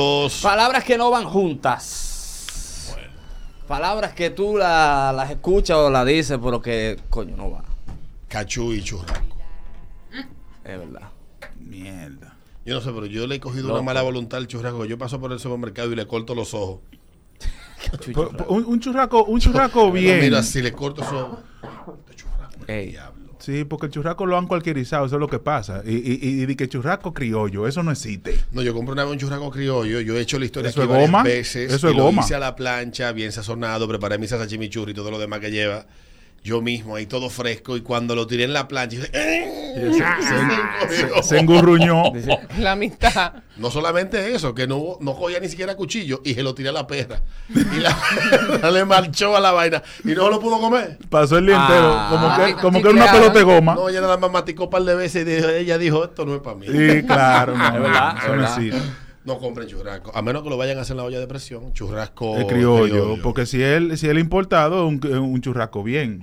Dios. Palabras que no van juntas. Palabras que tú la- las escuchas o las dices, pero que, coño, no va. Cachú y churrasco. Es verdad. Mierda. Yo no sé, pero yo le he cogido Loco. una mala voluntad al churrasco. Yo paso por el supermercado y le corto los ojos. Pero, pero un, un churraco, un churraco Lo bien. miro así, le corto los ojos. Este churrasco, este Ey. diablo. Sí, porque el churraco lo han cualquierizado, eso es lo que pasa. Y, y, y, y di que churraco criollo, eso no existe. No, yo compré una vez un churrasco criollo. Yo he hecho la historia ¿Eso aquí es varias goma? veces. ¿Eso es y lo goma? hice a la plancha, bien sazonado. Preparé mi salsa chimichurri y todo lo demás que lleva. Yo mismo, ahí todo fresco. Y cuando lo tiré en la plancha, hice, ¡eh! Se me encogió. Se engurruñó. La amistad. No solamente eso, que no, hubo- no cogía ni siquiera cuchillo y se lo tiré a la perra. Y la perra le marchó a la vaina y no lo pudo comer. Pasó el día Ah. entero, como que, como que era una Chicleada. pelota de goma. No, ella nada más maticó un par de veces y dijo- ella dijo, esto no es para mí. Sí, claro, no, Es verdad, es no, eso no verdad. existe. No compren churrasco, a menos que lo vayan a hacer en la olla de presión, churrasco El criollo, porque si él, si él importado, es un, es un churraco bien.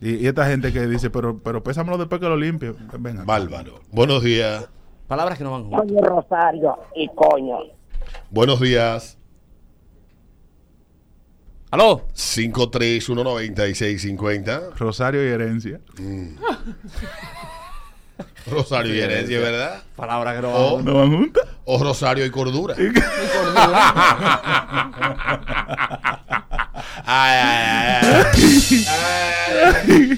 Y, y esta gente que dice, pero, pero pésamelo después que lo limpie. Venga. Bárbaro. Buenos días. Palabras que no van juntas. Coño Rosario y coño. Buenos días. ¿Aló? 5319650. Rosario y herencia. Rosario y herencia, ¿verdad? Palabras que Ah, no van O, juntas. ¿No van juntas? o Rosario y cordura. Ay, ay, ay, ay.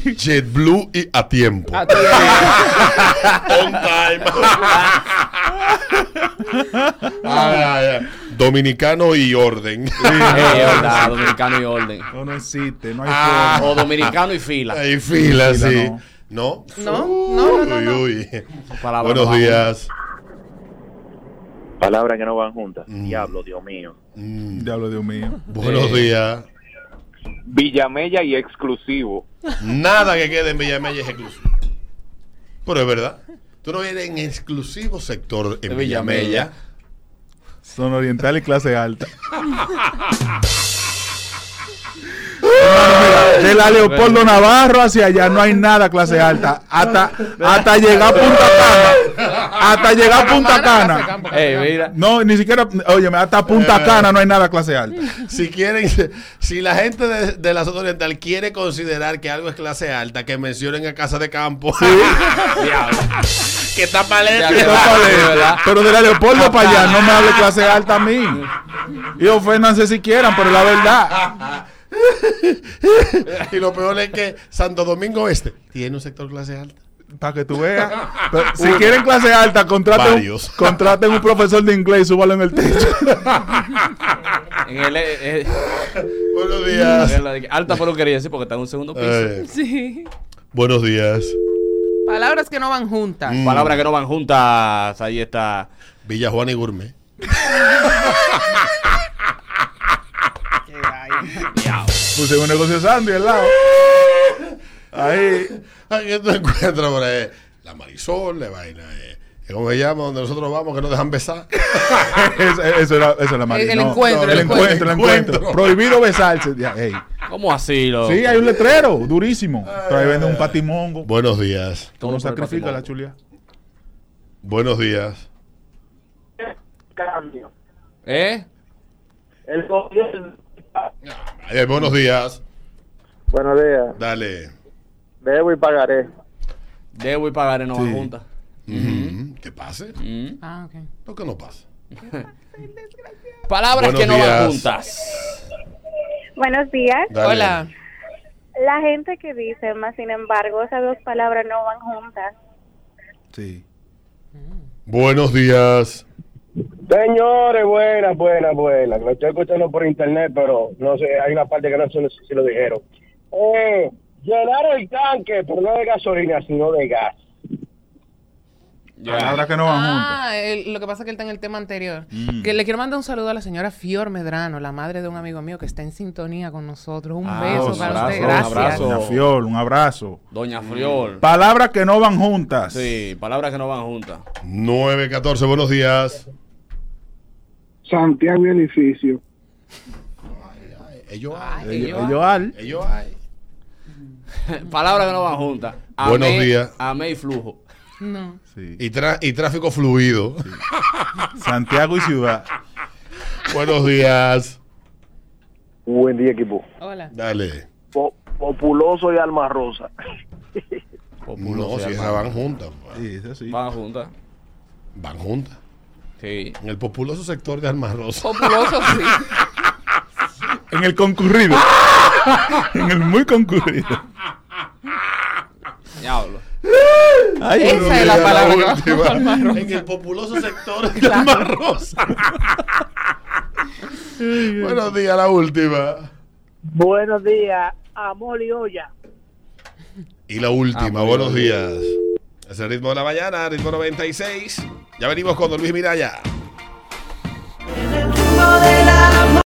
Ay. JetBlue y a tiempo. A tu edad. On time. Ay, ay, ay. Dominicano y orden. Ey, es verdad, dominicano y orden. No, no existe, no hay Ah. forma. O dominicano y fila. Hay fila, Fila, sí. no. ¿No? No, no, no, no, no. Uy, uy. Palabra Buenos bajo. días. Palabras que no van juntas. Mm. Diablo, Dios mío. Mm, Diablo, Dios mío. Buenos días. Villamella y exclusivo. Nada que quede en Villamella es exclusivo. Pero es verdad. Tú no vienes en exclusivo sector en De Villamella. Villamella. Son oriental y clase alta. De la Leopoldo Navarro hacia allá no hay nada clase alta. Hasta, hasta llegar a Punta Cana. Hasta llegar a Punta Cana. Ey, mira. No, ni siquiera, oye, hasta Eh. Punta Cana no hay nada clase alta. Si quieren, si la gente de, de la zona oriental quiere considerar que algo es clase alta, que mencionen a Casa de Campo. Diablo. que está paleta. Ya, Pero ya. pa' Sí, ¿verdad? allá, Pero de la Leopoldo para allá no me hable clase alta a mí. Y oféndanse si quieran, pero la verdad. Y lo peor es que Santo Domingo Este tiene un sector clase alta. Para que tú veas. Pero si quieren clase alta, contraten, un- Varios. contraten un profesor de inglés y súbalo en el techo. En el, eh, eh, Buenos días. en la de- alta peluquería, sí, porque está en un segundo piso. Eh, Sí. buenos días. Palabras que no van juntas. Mm. Palabras que no van juntas. Ahí está. Villa Juana y Gourmet. Puse un negocio Sandy al lado. Ahí. Ay, ¿Qué tú encuentras por ahí? La Marisol, la vaina. eh. ¿Cómo se llama? Donde nosotros vamos, que nos dejan besar. Eso, eso era, eso era Mari, El encuentro, el el encuentro, el encuentro. encuentro. Prohibido besarse. Ya, ey. ¿Cómo así, lo? Sí, hay un letrero durísimo. Trae vende un patimongo. Buenos días. Todo Uno por el sacrifica la patrimonio. chulia. Buenos días. Cambio. ¿Eh? El gobierno. Ay, buenos días. Buenos días. Dale. Debo y pagaré. Debo y pagaré no van Sí. juntas. Ujú. Que pase. Mm. Ah, ok. Lo que no pasa. Palabras Buenos que no van días. juntas. Buenos días. Dale. Hola. La gente que dice, más sin embargo, esas dos palabras no van juntas. Sí. Buenos días. Señores, buenas, buenas, buenas. Lo estoy escuchando por internet, pero no sé, hay una parte que no sé si lo dijeron. Eh, llenar el tanque, pero no de gasolina, sino de gas. Palabras que no van juntas. Ah, el- lo que pasa es que él está en el tema anterior. Que le quiero mandar un saludo a la señora Fior Medrano, la madre de un amigo mío que está en sintonía con nosotros. Un Ah, beso un para abrazo, usted. un Gracias. abrazo. Doña Fiol, un abrazo. Doña Friol. Palabras que no van juntas. Sí, palabras que no van juntas. 914, buenos días. Santiago y edificio. Ellos hay. Ellos, Ellos- ellos al. Ellos hay. palabras que no van juntas. Buenos días. Amé y flujo. No. Sí. Y, tra- y tráfico fluido. Santiago y ciudad. Buenos días. Buen día, equipo. Hola. Dale. populoso y alma rosa. No, si esas van juntas. pues. Sí, eso sí. Van juntas. Van juntas. Sí. En el populoso sector de Alma Rosa. Populoso, sí. En el concurrido. en el muy concurrido. Diablo. Ay, Esa es la Mira, palabra. última. en el populoso sector de Alma Rosa. Buenos días, la última. Buenos días, amor y olla. Y la última, Ah, buenos días. Es el ritmo de la mañana, ritmo 96. Ya venimos con Don Luis Miraya. el ritmo de